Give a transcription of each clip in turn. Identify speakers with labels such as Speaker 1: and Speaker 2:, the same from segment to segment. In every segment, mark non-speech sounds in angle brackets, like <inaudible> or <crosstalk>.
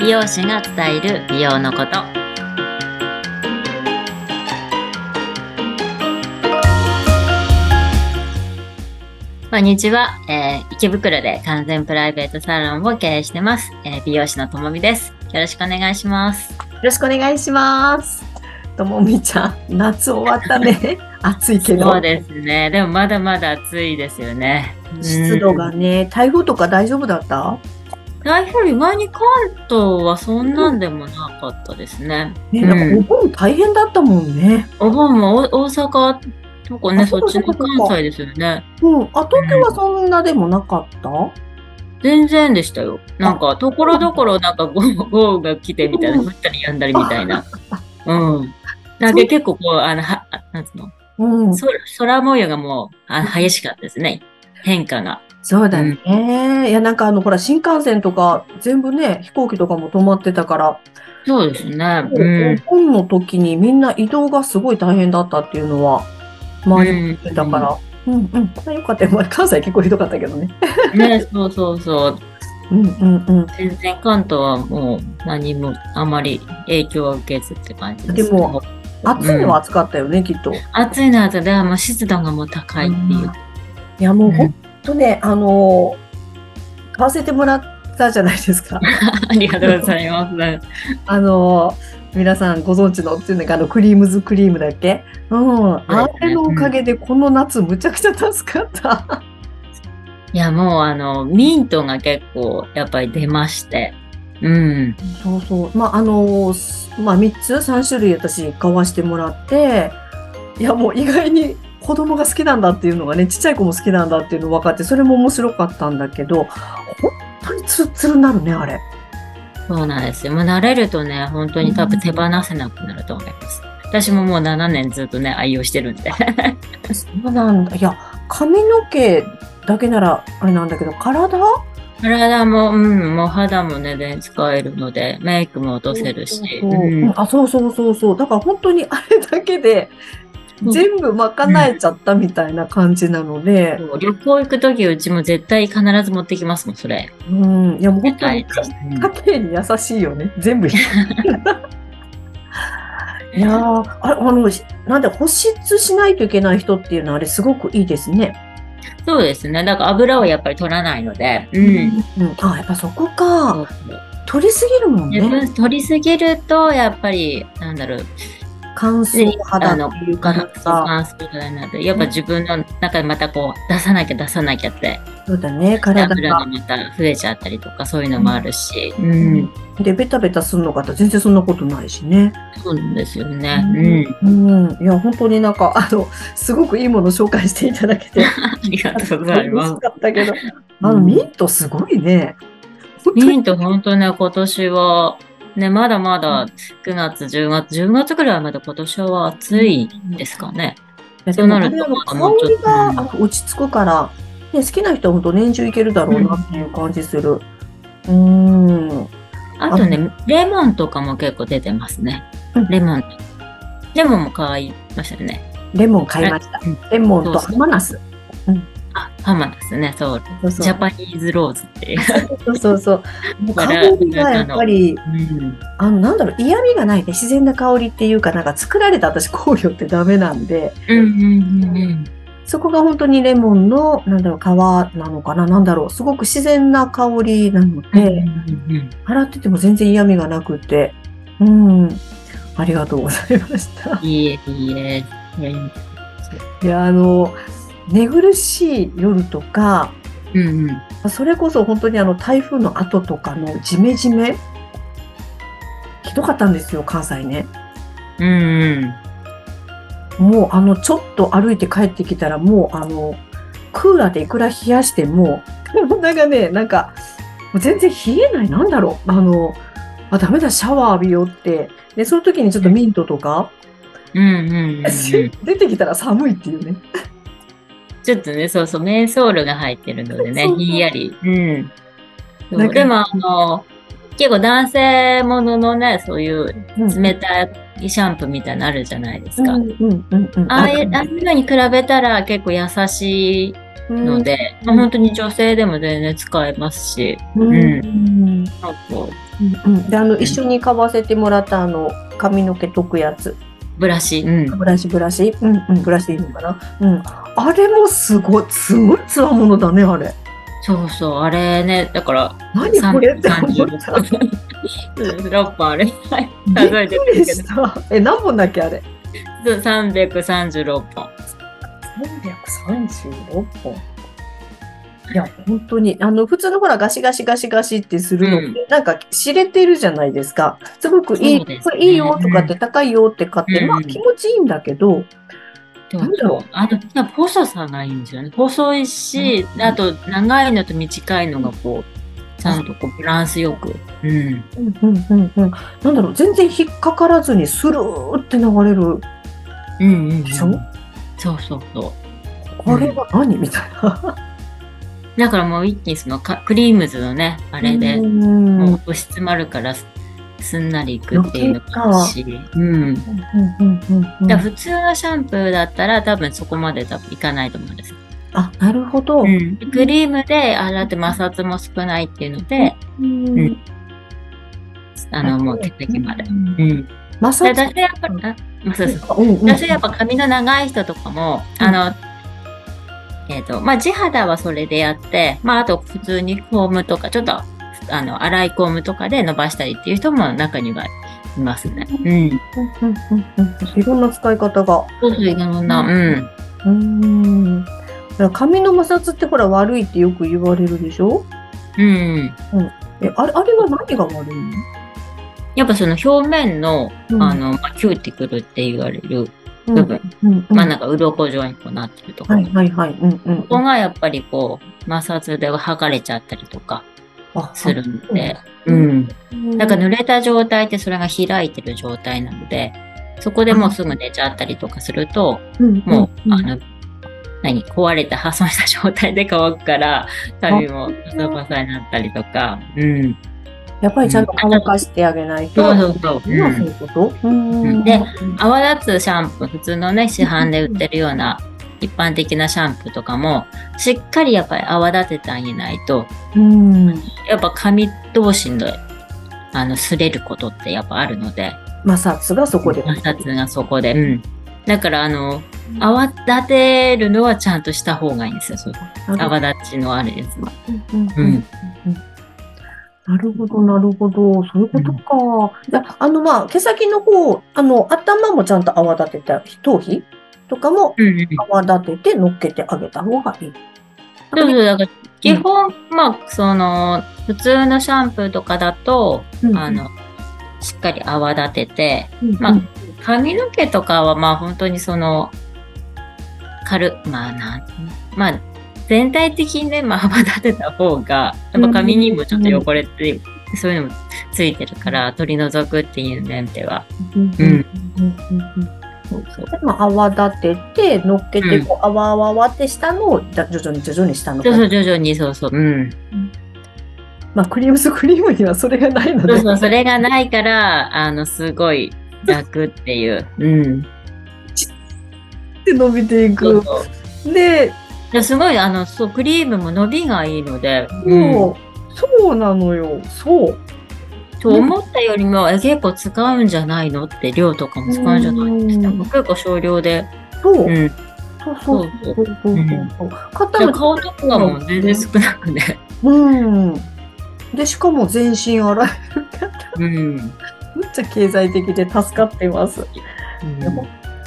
Speaker 1: 美容師が伝える美容のことこんにちは、えー池袋で完全プライベートサロンを経営してます、えー美容師のともみですよろしくお願いします
Speaker 2: よろしくお願いします。ともみちゃん、夏終わっ
Speaker 1: <laughs>
Speaker 2: たね。暑いけど。
Speaker 1: そうですねでもまだまだ暑いですよね
Speaker 2: 湿度がね、台風とか大丈夫だった
Speaker 1: 台風意外に関東はそんなんでもなかったですね
Speaker 2: ね、
Speaker 1: うん
Speaker 2: なんかお盆大変だったもんね。
Speaker 1: お盆もお大阪とかね
Speaker 2: あ
Speaker 1: そ
Speaker 2: そ
Speaker 1: っ
Speaker 2: うか
Speaker 1: ちの
Speaker 2: そうかそうか
Speaker 1: 関西ですよね
Speaker 2: うん。あ、東京はそんなでもなかった、
Speaker 1: 全然でしたよ。なんか、ところどころ、なんか、豪豪雨が来てみたいな、
Speaker 2: うん
Speaker 1: 降ったりやんだりみたいな。うん。なんで、結構、こう、あの、は、あなんつうの、
Speaker 2: うん。
Speaker 1: 空空模様がもう、あ激しかったですね。変化が。
Speaker 2: そうだね。いや、なんかあの、ほら、新幹線とか、全部ね、飛行機とかも止まってたから、
Speaker 1: そうですね。
Speaker 2: お
Speaker 1: うん。
Speaker 2: 盆の時にみんな移動がすごい大変だったっていうのは、周りも言ってたから。うん、うん、まあよかったよ。まあ関西結構ひどかったけどね。
Speaker 1: ね、そうそうそう。
Speaker 2: うん、うん、うん。
Speaker 1: 全然関東はもう、何も、あまり影響は受けずって感じです、
Speaker 2: でも、暑いのは暑かったよね、きっと。い
Speaker 1: 暑いのは暑いで、もう湿度がもう高いっていう。
Speaker 2: や、もう
Speaker 1: うん
Speaker 2: ほんとね、あのー買わせてもらったじゃないで
Speaker 1: <laughs>
Speaker 2: すか。
Speaker 1: <laughs> ありがとうございます。
Speaker 2: あのー皆さんご存知のっていうのが、あの、クリームズクリームだっけうん。あれのおかげで、この夏、むちゃくちゃ助かった。
Speaker 1: いや、もう、あの、ミントが結構、やっぱり出まして。うん。
Speaker 2: そうそう。まあ、あのーすまあ、3つ、3種類私、買わしてもらって、いや、もう意外に、子供が好きなんだっていうのがね、ちっちゃい子も好きなんだっていうの分かって、それも面白かったんだけど、本当にツルツルになるね、あれ。
Speaker 1: そうなんですよ。もう慣れるとね、本当に多分手放せなくなると思います。私ももう7年ずっとね、愛用してるんで。 <laughs>
Speaker 2: そうなんだ。いや、髪の毛だけならあれなんだけど、体
Speaker 1: 体も、うん、もう肌もね、で使えるので、メイクも落とせるし。
Speaker 2: そうそう
Speaker 1: うん
Speaker 2: あ、そうそうそうそう。だから本当にあれだけで、
Speaker 1: うん
Speaker 2: 全部賄えちゃったみたいな感じなので、
Speaker 1: そう旅行行くとき、うちも絶対必ず持ってきますもん、それ。
Speaker 2: うん、いや、もう本
Speaker 1: 絶
Speaker 2: 当
Speaker 1: 対
Speaker 2: に。家計に優しいよ <laughs> ね。全部いい。いやーあれ、あの、しなんで保湿しないといけない人っていうのはあれすごくいいですね。
Speaker 1: そうですね。だから油をやっぱり取らないので。うん。
Speaker 2: うん。あ、やっぱそこか。取りすぎるもん
Speaker 1: 自
Speaker 2: ね。
Speaker 1: 分取りすぎると、やっぱり、なんだろう、
Speaker 2: 乾燥肌っていうかなんか。
Speaker 1: 乾燥肌になって、やっぱ自分の中でまたこう、出さなきゃ出さなきゃって、
Speaker 2: そうだね、
Speaker 1: 油
Speaker 2: 体
Speaker 1: が
Speaker 2: が。
Speaker 1: また増えちゃったりとかそういうのもあるし、うん
Speaker 2: で、ベタベタするのかって全然そんなことないしね。
Speaker 1: そうなんですよね、
Speaker 2: うん。いや、本当になんか、あの、すごくいいもの紹介していただけて。
Speaker 1: うん、ありがとうございます
Speaker 2: 嬉しかったけど。あの、ミントすごいね。本当に
Speaker 1: ミント本当ね今年はねまだまだ9月10月10月ぐらいまで今年は暑いですかね、そうなると
Speaker 2: でも
Speaker 1: もうちょっ
Speaker 2: 香り
Speaker 1: と
Speaker 2: があの落ち着くから、ね、好きな人は本当年中いけるだろうなっていう感じする。うん。
Speaker 1: あとねレモンとかも結構出てますね
Speaker 2: うん
Speaker 1: レモンレモンも買いましたよね
Speaker 2: レモン買いました。レモンと
Speaker 1: そうそう
Speaker 2: ハマナス。
Speaker 1: あハマですねそう
Speaker 2: そうそう
Speaker 1: ジャパニーズローズっていう、
Speaker 2: そうそうそう。もう香りがやっぱり、あの、なんだろう、嫌味がないね。自然な香りっていうか、なんか作られた私、香料ってダメなんで、
Speaker 1: うんうんうんうん
Speaker 2: そこが本当にレモンの、なんだろう、皮なのかな、なんだろう、すごく自然な香りなの
Speaker 1: うんうん
Speaker 2: で、
Speaker 1: うんうん
Speaker 2: 洗ってても全然嫌味がなくて、うん、ありがとうございました。
Speaker 1: いいえ、いいえ。
Speaker 2: いや、あの、寝苦しい夜とか、
Speaker 1: うんうん。
Speaker 2: それこそ本当にあの台風の後とかのジメジメ、ひどかったんですよ、関西ね。
Speaker 1: うん
Speaker 2: もうあのちょっと歩いて帰ってきたらもうあのクーラーでいくら冷やしても <laughs> 体がねなんかもう全然冷えないなんだろうあのあダメだシャワー浴びようってでその時にちょっとミントとか、
Speaker 1: うん。うんうんうんうん。
Speaker 2: 出てきたら寒いっていうね
Speaker 1: ちょっとね、そうそう、メンソールが入ってるのでね、
Speaker 2: そうそう
Speaker 1: ひんやり。うん。そ
Speaker 2: なん
Speaker 1: う
Speaker 2: か
Speaker 1: でも、あの、結構男性もののね、そういう
Speaker 2: うん
Speaker 1: 冷たいシャンプーみたいなのあるじゃないですか。
Speaker 2: うんうんうんうん。
Speaker 1: ああいうああいうのに比べたら結構優しい
Speaker 2: うん
Speaker 1: ので、
Speaker 2: うん
Speaker 1: まあ本当に女性でも全然使えますし、
Speaker 2: うん
Speaker 1: うん
Speaker 2: うん
Speaker 1: なんか
Speaker 2: うんであの一緒に買わせてもらったあの髪の毛解くやつ
Speaker 1: ブラシ、うん。
Speaker 2: ブラシブラシうんうんブラシでいいのかなうんあれもすごいすごいつわものだねあれ
Speaker 1: そうそう、あれね、だから、
Speaker 2: 何これって思った
Speaker 1: 6本あ <laughs> れ、はい
Speaker 2: び
Speaker 1: 数え
Speaker 2: ってく
Speaker 1: るんで
Speaker 2: り
Speaker 1: す
Speaker 2: し
Speaker 1: け
Speaker 2: たえ何本だっけあれ
Speaker 1: ど、336本。
Speaker 2: 336本いや本当にあの普通のほらガシガシガシガシってするのって、
Speaker 1: うん
Speaker 2: なんか知れてるじゃないですかすごくいい、
Speaker 1: そうですね
Speaker 2: これいいよとかって高いよって買って、
Speaker 1: うん
Speaker 2: まあ気持ちいいんだけど、
Speaker 1: で
Speaker 2: なん
Speaker 1: も
Speaker 2: だろう
Speaker 1: あのなんか細さがいいんですよね。細いし、
Speaker 2: うん
Speaker 1: あと長いのと短いのがこう、ちゃんとこうバランスよく。うん。
Speaker 2: うんうんうんうん、なんだろう全然引っかからずにスルーって流れる
Speaker 1: うんうん、うん。
Speaker 2: でしょ
Speaker 1: そうそうそう。
Speaker 2: これは何、みたいな。
Speaker 1: だからもう一気にそのかクリームズのね、あ
Speaker 2: あ
Speaker 1: れで、
Speaker 2: うんうん
Speaker 1: もう押し詰まるからすすんなりいくっていうのもあるし。うん。
Speaker 2: うんうんうん
Speaker 1: だから普通のシャンプーだったら多分そこまで多分いかないと思うんです。
Speaker 2: あなるほど。
Speaker 1: うん、クリームで洗って摩擦も少ないっていうので、
Speaker 2: うん
Speaker 1: うんあのもう手先まで。うん。
Speaker 2: 摩
Speaker 1: で
Speaker 2: 擦
Speaker 1: 私はやっぱ、あまあそうそう
Speaker 2: うんうん
Speaker 1: 私はやっぱ髪の長い人とかも、
Speaker 2: うん
Speaker 1: あの、えっ、と、まあ、地肌はそれでやって、まあ、あと普通にフォームとか、ちょっと、あの、粗いコームとかで伸ばしたりっていう人も中にはいますね。うん。
Speaker 2: うんうんうんうんいろんな使い方が。
Speaker 1: そうそう、いろんな、うん。
Speaker 2: うん。だから髪の摩擦ってほら悪いってよく言われるでしょ
Speaker 1: うん。
Speaker 2: えあれあれは何が悪いの
Speaker 1: やっぱその表面の、
Speaker 2: うん
Speaker 1: あの、まあ、キューティクルって言われる
Speaker 2: うん
Speaker 1: 部分、
Speaker 2: うんうん
Speaker 1: まあ、なんか鱗状にこうなってるとか、
Speaker 2: はいはいはい。うんうん
Speaker 1: ここがやっぱりこう、摩擦で剥がれちゃったりとか
Speaker 2: あ
Speaker 1: するんで、
Speaker 2: うん
Speaker 1: うん
Speaker 2: うん
Speaker 1: なんか濡れた状態ってそれが開いてる状態なので、そこでもうすぐ寝ちゃったりとかすると、
Speaker 2: うん
Speaker 1: もう、
Speaker 2: ん
Speaker 1: あの、何、壊れた破損した状態で乾くから、髪もパサパサになったりとか、うん。
Speaker 2: やっぱりちゃんと乾かしてあげないと。
Speaker 1: そうそうそう。う
Speaker 2: 今そう
Speaker 1: ん
Speaker 2: いうこと、うん
Speaker 1: で泡立つシャンプー、普通のね、市販で売ってるような一般的なシャンプーとかも、しっかりやっぱり泡立ててあげないと、
Speaker 2: うん、
Speaker 1: やっぱ髪同士の、あの、擦れることってやっぱあるので、
Speaker 2: 摩擦がそこで。
Speaker 1: 摩擦がそこで。うん。だから、あの、泡立てるのはちゃんとした方がいいんですよ。そう泡立ちのあるやつは。
Speaker 2: うん
Speaker 1: う
Speaker 2: うんん。なるほど、なるほど。そういうことか。じゃあ、あの、まあ、毛先の方、あの、頭もちゃんと泡立てた、頭皮とかも
Speaker 1: うんうん。
Speaker 2: 泡立てて乗っけてあげた方がいい。
Speaker 1: そうそう、だから、基本、まあ、その、普通のシャンプーとかだと、
Speaker 2: うん
Speaker 1: あ、の、しっかり泡立てて、
Speaker 2: うん
Speaker 1: まあ、髪の毛とかは、まあ、本当にその、軽、まあ、なん、まあ、全体的にね、まあ、泡立てた方が、やっぱ髪にもちょっと汚れって、そういうのもついてるから、取り除くっていう面では。
Speaker 2: うんうん
Speaker 1: うん
Speaker 2: うんうん
Speaker 1: そうそう。
Speaker 2: でまあ泡立てて、乗っけて、
Speaker 1: うん
Speaker 2: こう、泡泡泡って下のを、じゃ徐々に徐々に下の
Speaker 1: そう
Speaker 2: 方
Speaker 1: そう、徐々に、そうそう、うん。
Speaker 2: まあ、クリームスクリームにはそれがないの
Speaker 1: そ
Speaker 2: で
Speaker 1: う。そう、それがないから、あの、すごい楽っていう。うん。
Speaker 2: って伸びてい
Speaker 1: そう
Speaker 2: く。
Speaker 1: そう
Speaker 2: で、
Speaker 1: いやすごい、あの、そう、クリームも伸びがいいので、
Speaker 2: もう、そうなのよ。そう。
Speaker 1: うんと思ったよりも、え結構使うんじゃないのって、量とかも使うんじゃないですか。
Speaker 2: うん
Speaker 1: 結構少量で。
Speaker 2: そう
Speaker 1: う。ん。
Speaker 2: そうそうそうそうそうそう。買った
Speaker 1: で
Speaker 2: の
Speaker 1: 顔とかも全然少なくね。
Speaker 2: うん。で、しかも全身洗い。 <laughs>
Speaker 1: うん。
Speaker 2: むっちゃ経済的で助かってます。
Speaker 1: うん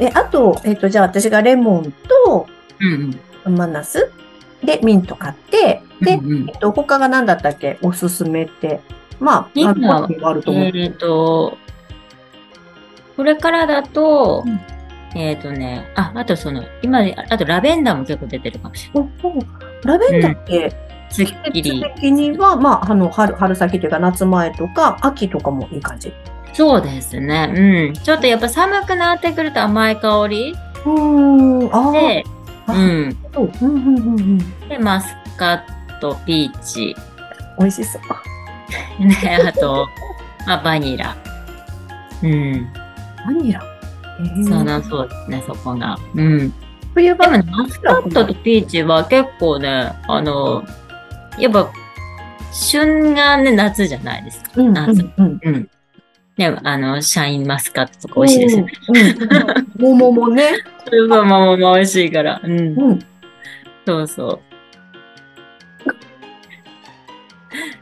Speaker 2: え、あと、えっ、と、じゃあ私がレモンと
Speaker 1: うん。
Speaker 2: マナスでミント買って、で、
Speaker 1: うんうん
Speaker 2: えっと、他が何だったっけおすすめって。ま
Speaker 1: ミン
Speaker 2: あ、
Speaker 1: ト
Speaker 2: あの、コピーはあると思う。
Speaker 1: えっ、と、これからだと、
Speaker 2: うん
Speaker 1: えっ、とね、あ、あとその、今、あとラベンダーも結構出てるかもしれない。
Speaker 2: おおラベンダーって、
Speaker 1: すっき
Speaker 2: 季
Speaker 1: り
Speaker 2: 節。的には、まあ、あの、春、春先というか夏前とか、秋とかもいい感じ。
Speaker 1: そうですね。うん。ちょっとやっぱ寒くなってくると甘い香り
Speaker 2: うーん、あ
Speaker 1: で、う
Speaker 2: あ、なる
Speaker 1: ん。
Speaker 2: ほど。うん、うん、うん、うん。
Speaker 1: で、マスカット、ピーチ、
Speaker 2: 美味しそう。
Speaker 1: ね、あと、まあ、バニラ。うん。
Speaker 2: バニラ。えー
Speaker 1: そうな、そうですね、そこが。うん。
Speaker 2: 冬
Speaker 1: で
Speaker 2: 場
Speaker 1: もね、マスカットとピーチは結構ね、あの、やっぱ、旬がね、夏じゃないですか。
Speaker 2: うん
Speaker 1: 夏。
Speaker 2: うんうん
Speaker 1: うん。ね、あの、シャインマスカットとか美味しいですよね。
Speaker 2: うんうん桃もね。
Speaker 1: それはまあまあ美味しいから。うん。
Speaker 2: うん。
Speaker 1: そうそう。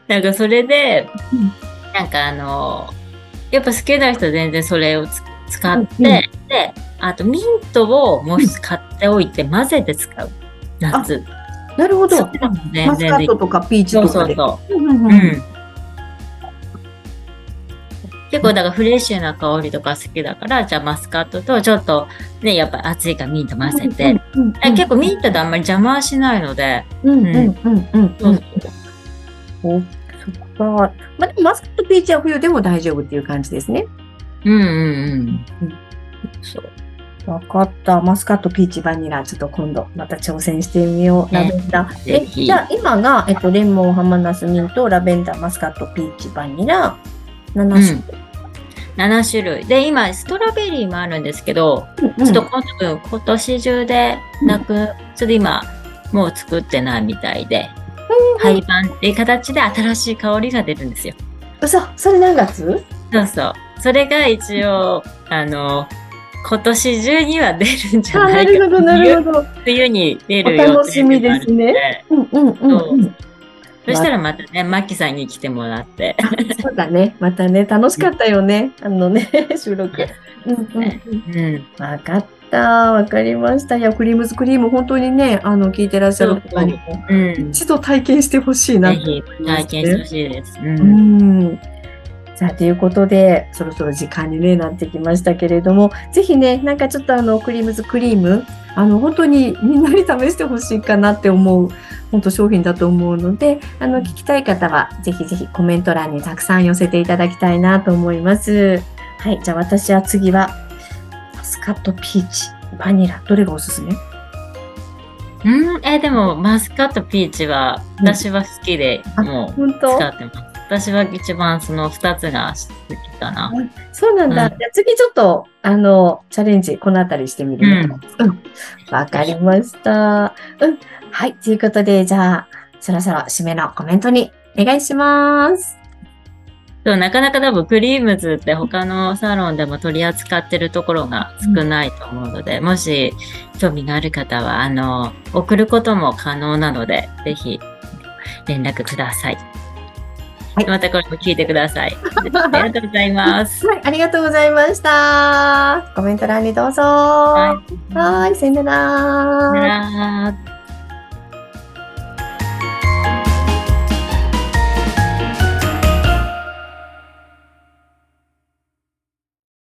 Speaker 1: なんかそれで
Speaker 2: うん、
Speaker 1: なんかあの、やっぱ好きな人は全然それをつ使って、
Speaker 2: うんうん
Speaker 1: で、あとミントをもう一つ買っておいて混ぜて使う。夏。
Speaker 2: なるほど。
Speaker 1: そ
Speaker 2: マ
Speaker 1: ういうのも全
Speaker 2: ス
Speaker 1: 然
Speaker 2: カッ
Speaker 1: でき
Speaker 2: ト
Speaker 1: る。
Speaker 2: とかピーチ
Speaker 1: そ
Speaker 2: と
Speaker 1: うそ
Speaker 2: かで。
Speaker 1: うそう
Speaker 2: うん
Speaker 1: う。
Speaker 2: う
Speaker 1: うんん。結構だからフレッシュな香りとか好きだから、じゃあマスカットとちょっとね、やっぱ暑いからミント混ぜて。。
Speaker 2: うんうんうん
Speaker 1: え結構ミントであんまり邪魔はしないので、
Speaker 2: うんうんうんうん。
Speaker 1: そううん
Speaker 2: おそっか。まあでもマスカットピーチは冬でも大丈夫っていう感じですね。
Speaker 1: うんうんう
Speaker 2: う
Speaker 1: んん。そう。
Speaker 2: わかった。マスカット、ピーチ、バニラ、ちょっと今度また挑戦してみよう。ラ
Speaker 1: ね
Speaker 2: ベンダー。
Speaker 1: ぜ
Speaker 2: え、
Speaker 1: ひ
Speaker 2: じゃあ今が、えっと、レモン、ハマナス、ミント、ラベンダー、マスカット、ピーチ、バニラ、7種類。
Speaker 1: 7種類。で、今、ストロベリーもあるんですけど、
Speaker 2: うん
Speaker 1: ちょっとこの分、今年中でなく、ちょっと今、もう作ってないみたいで、廃盤っていう形で新しい香りが出るんですよ。
Speaker 2: うそ、それ何月
Speaker 1: そうそう。それが一応、あの、今年中には出るんじゃないか。
Speaker 2: ほど。
Speaker 1: 冬に出る予定
Speaker 2: お楽しみですね
Speaker 1: もあるので。
Speaker 2: うんうんうんうん。
Speaker 1: そしたらまたね、マッキーさんに来てもらって。
Speaker 2: そうだね。またね、楽しかったよね。あの
Speaker 1: <laughs>
Speaker 2: ね、収録。うんうんうん。
Speaker 1: うん。
Speaker 2: わかった。わかりました。いや、クリームズクリーム、本当にね、あの、聞いてらっしゃる方にも、
Speaker 1: うん。ぜ
Speaker 2: 一度体験してほしいなと
Speaker 1: ひ体験してほしいです。う。
Speaker 2: うんん。さあ、ということで、そろそろ時間に、ね、なってきましたけれども、ぜひね、なんかちょっとあの、クリームズクリーム、あの、本当にみんなに試してほしいかなって思う、本当商品だと思うので、あの、聞きたい方は、ぜひぜひコメント欄にたくさん寄せていただきたいなと思います。はい、じゃあ私は次は、マスカットピーチ、バニラ、どれがおすすめ
Speaker 1: うん、えーでもマスカットピーチは
Speaker 2: うん
Speaker 1: 私は好きで、
Speaker 2: あ
Speaker 1: もう
Speaker 2: 本当
Speaker 1: 使ってます。私は一番その2つが好きかな。
Speaker 2: そうなんだ。
Speaker 1: うん
Speaker 2: じゃあ次ちょっと、あの、チャレンジ、このあたりしてみるねうん。わ、かりました。うん。はい。ということで、じゃあ、そろそろ締めのコメントにお願いします。
Speaker 1: そうなかなか多分クリームズって他のサロンでも取り扱ってるところが少ないと思うので、もし興味がある方はあの送ることも可能なので、ぜひ連絡ください。
Speaker 2: はい
Speaker 1: またこれも聞いてくだ
Speaker 2: <laughs>
Speaker 1: さい。ありがとうございます。
Speaker 2: はい。ありがとうございました。コメント欄にどうぞ。
Speaker 1: は
Speaker 2: <laughs> はいい。さよなら。
Speaker 1: さよなら